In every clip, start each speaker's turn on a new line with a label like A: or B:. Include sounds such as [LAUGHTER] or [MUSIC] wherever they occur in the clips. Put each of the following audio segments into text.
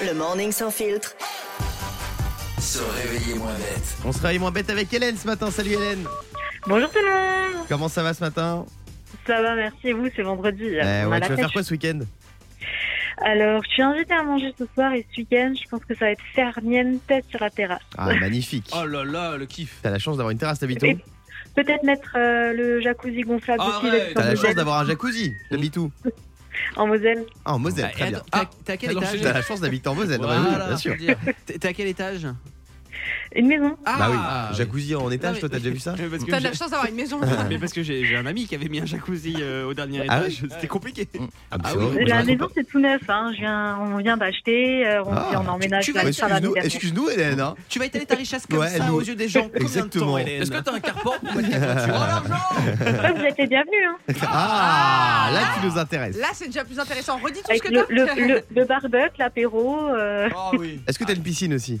A: Le morning sans filtre.
B: Se réveiller moins bête.
C: On se réveille moins bête avec Hélène ce matin. Salut Hélène.
D: Bonjour tout le monde
C: Comment ça va ce matin
D: Ça va, merci. Et vous, c'est vendredi.
C: Eh
D: on
C: ouais,
D: a
C: Tu
D: la
C: vas
D: pêche.
C: faire quoi ce week-end
D: Alors, je suis invitée à manger ce soir et ce week-end, je pense que ça va être faire mienne tête sur la terrasse.
C: Ah magnifique.
E: Oh là là, le kiff.
C: T'as la chance d'avoir une terrasse t'habites où
D: Et Peut-être mettre euh, le jacuzzi gonflable aussi
E: Arrête.
D: d'être
C: T'as la
D: en,
C: chance
D: Moselle,
C: d'avoir un jacuzzi t'habites où
D: en Moselle.
C: Ah en Moselle.
E: Bah,
C: Très
E: et
C: bien.
E: attends,
C: Ah,
E: T'as t'as quel
C: alors,
E: étage
C: T'as la chance d'habiter en Moselle. Ah bah oui,
E: Voilà,
C: bien sûr.
E: faut dire. T'es- T'es à quel étage
D: Une maison.
E: Ah
C: Bah oui. Jacuzzi en
E: Non,
C: étage.
E: mais-
C: Toi t'as déjà vu ça
E: Parce que
F: T'as de
E: j'ai-
F: la chance d'avoir une maison.
D: Ah.
E: [LAUGHS] Mais parce que j'ai j'ai un ami qui avait mis un jacuzzi euh, au dernier
C: Ah
E: étage. C'était compliqué.
C: Ah bah,
E: Ah
C: c'est
E: oui.
C: vrai, moi, je
D: La
C: raconte
D: maison, c'est tout neuf. Hein. Je viens, on vient d'acheter, euh, on,
C: Ah,
D: puis on emménage
E: tu
C: pas.
E: vas
D: là,
C: Bah,
D: ça va
C: Excuse-nous,
D: nous faire-
C: excuse-nous Hélène. hein.
E: Tu vas étaler ta richesse comme
C: Ouais,
E: ça
C: nous-
E: aux yeux des gens. Combien
C: Exactement,
E: de temps, Hélène
C: Hélène.
E: Est-ce que t'as un carport pour mettre ta voiture Oh l'argent
D: Ouais, Vous êtes les bienvenus. Hein.
C: Ah là tu nous intéresses.
F: Là, c'est déjà plus intéressant. Redis tout ce
D: Avec
F: que
D: le,
E: [LAUGHS]
F: t'as.
D: le, le, le barbecue, l'apéro. euh,
E: Ah oui.
C: Est-ce que t'as une piscine aussi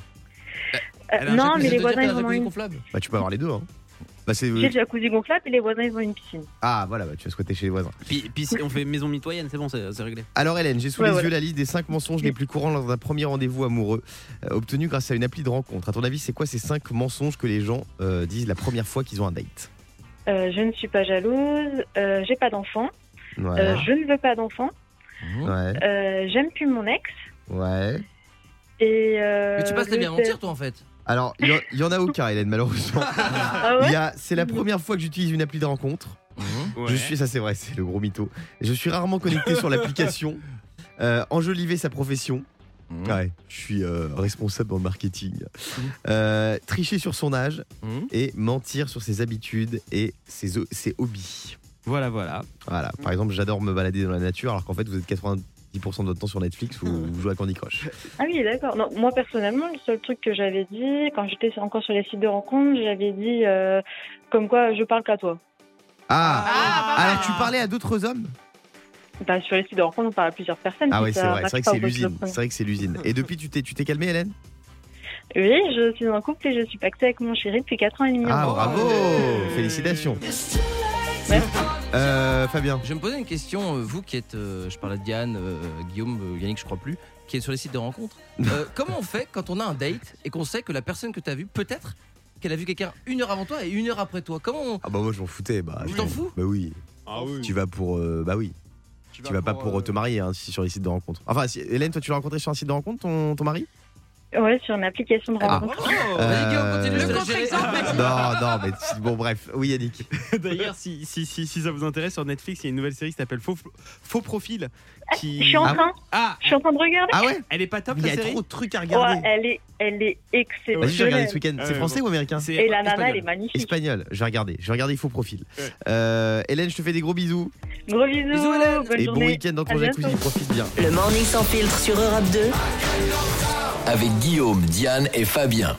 D: euh,
E: Elle a un
D: non,
E: jacuzzi,
D: mais
E: elle
D: les
E: doit dire
D: voisins,
E: qu'elle a
D: ils
E: un
D: en ont
E: jacuzzi
D: une.
E: gonflable.
C: Bah tu peux avoir les deux. Hein. Bah c'est
D: J'ai le jacuzzi gonflable et les voisins, ils ont une piscine.
C: ah voilà bah, tu vas squatter chez les voisins.
E: Puis, puis c'est- on fait maison mitoyenne, c'est bon, c'est c'est
D: Euh,
E: réglé.
C: Alors Hélène, j'ai sous
D: Ouais,
C: les
D: voilà.
C: yeux la liste des 5 mensonges les plus courants lors d'un premier rendez-vous amoureux euh, obtenu grâce à une appli de rencontre. À ton avis, c'est quoi ces 5 mensonges que les gens euh, disent la première fois qu'ils ont un date
D: Euh, je ne suis pas jalouse, euh, j'ai pas d'enfant,
C: Ouais,
D: euh, je ne veux pas d'enfant,
C: ouais,
D: euh, j'aime plus mon ex.
C: ouais.
D: Et euh,
E: Mais tu passes les
D: le
E: bien mentir, toi, en fait.
C: Alors, il y en- il y, en a aucun Hélène malheureusement.
D: [LAUGHS] Ah
C: Il
D: ouais
C: y a- c'est la première fois que j'utilise une appli de rencontre. Je suis ça c'est vrai, c'est le gros mytho. Je suis rarement connecté sur l'application. Euh, enjoliver sa profession.
B: Mhm.
C: Ouais, je suis euh, responsable en marketing. Euh, tricher sur son âge
B: Mhm.
C: et mentir sur ses habitudes et ses, ho- ses hobbies.
E: Voilà, voilà.
C: Voilà, par exemple, j'adore me balader dans la nature alors qu'en fait vous êtes 90% de votre temps sur Netflix ou vous jouez à Candy Crush.
D: Ah oui, d'accord. Non, Moi, personnellement, le seul truc que j'avais dit, quand j'étais sur- encore sur les sites de rencontres, j'avais dit euh, comme quoi je parle qu'à toi.
C: Ah,
F: [LAUGHS] Ah,
C: Alors tu parlais à d'autres hommes
D: Bah, sur les sites de rencontres, on parle à plusieurs personnes.
C: Ah
D: si
C: oui, c'est
D: ça
C: vrai, c'est vrai
D: marche
C: que
D: pas
C: c'est
D: au bout de
C: l'usine. C'est vrai que c'est l'usine. Et depuis tu t'es tu t'es calmée Hélène
D: la première. Oui, je suis en couple et je suis pactée avec mon chéri depuis 4 ans et demi.
C: Ah
D: maintenant.
C: bravo Félicitations
D: Merci.
C: Euh, Fabien
B: Je me posais une question, euh, vous qui êtes, euh, je parle à Diane, euh, Guillaume, euh, Yannick, je crois plus, qui est sur les sites de
D: [LAUGHS]
B: rencontres. Euh, comment on fait quand on a un date et qu'on sait que la personne que tu as vue, peut-être qu'elle a vu quelqu'un une heure avant toi et une heure après toi Comment on.
C: Ah bah moi je m'en foutais. Bah,
B: Tu
C: je-
B: t'en fous
C: Bah oui. Tu vas pour... euh, bah oui. Tu vas pas pour euh, te marier hein, si sur les sites de rencontre. Enfin, si- Hélène, toi, tu l'as rencontré sur un site de rencontre, ton, ton mari
D: Ouais, sur une application de
C: Ah.
D: rencontre.
E: Oh.
B: Vas-y, Guillaume, continue,
C: Euh,
B: je te
F: Le
B: laisse gérer.
D: [LAUGHS]
B: [LAUGHS]
F: contre-exemple, Maxime.
C: Non, non, mais si- bon, bref. Oui, Yannick.
E: D'ailleurs, si, si, si, si ça vous intéresse, sur Netflix, il y a une nouvelle série qui s'appelle Faux, Faux Profil. Qui...
D: Je suis en
C: Ah
D: train,
E: Ah,
D: je suis en train de regarder.
C: Ah ouais
E: elle est pas top
C: Il y
E: la
C: a
E: série
C: trop de trucs à
D: Ouais,
C: regarder.
D: elle est, elle est
C: Ah, Vas-y, je vais regarder
D: exceptionnelle.
C: ce week-end. C'est
E: Ouais,
C: français ou américain
E: C'est
D: Et la nana, elle
E: espagnol.
D: est magnifique.
C: Espagnol. Je vais regarder. Je vais regarder il faut profil.
E: Ouais.
C: Euh, Hélène, je te fais des gros bisous.
D: Gros bisous,
E: Bisous, Hélène.
D: bonne
C: et
D: journée.
C: bon week-end dans ton
D: À bientôt.
C: jacuzzi. Profite bien.
A: Le morning sans filtre sur Europe 2.
B: Avec Guillaume, Diane et Fabien.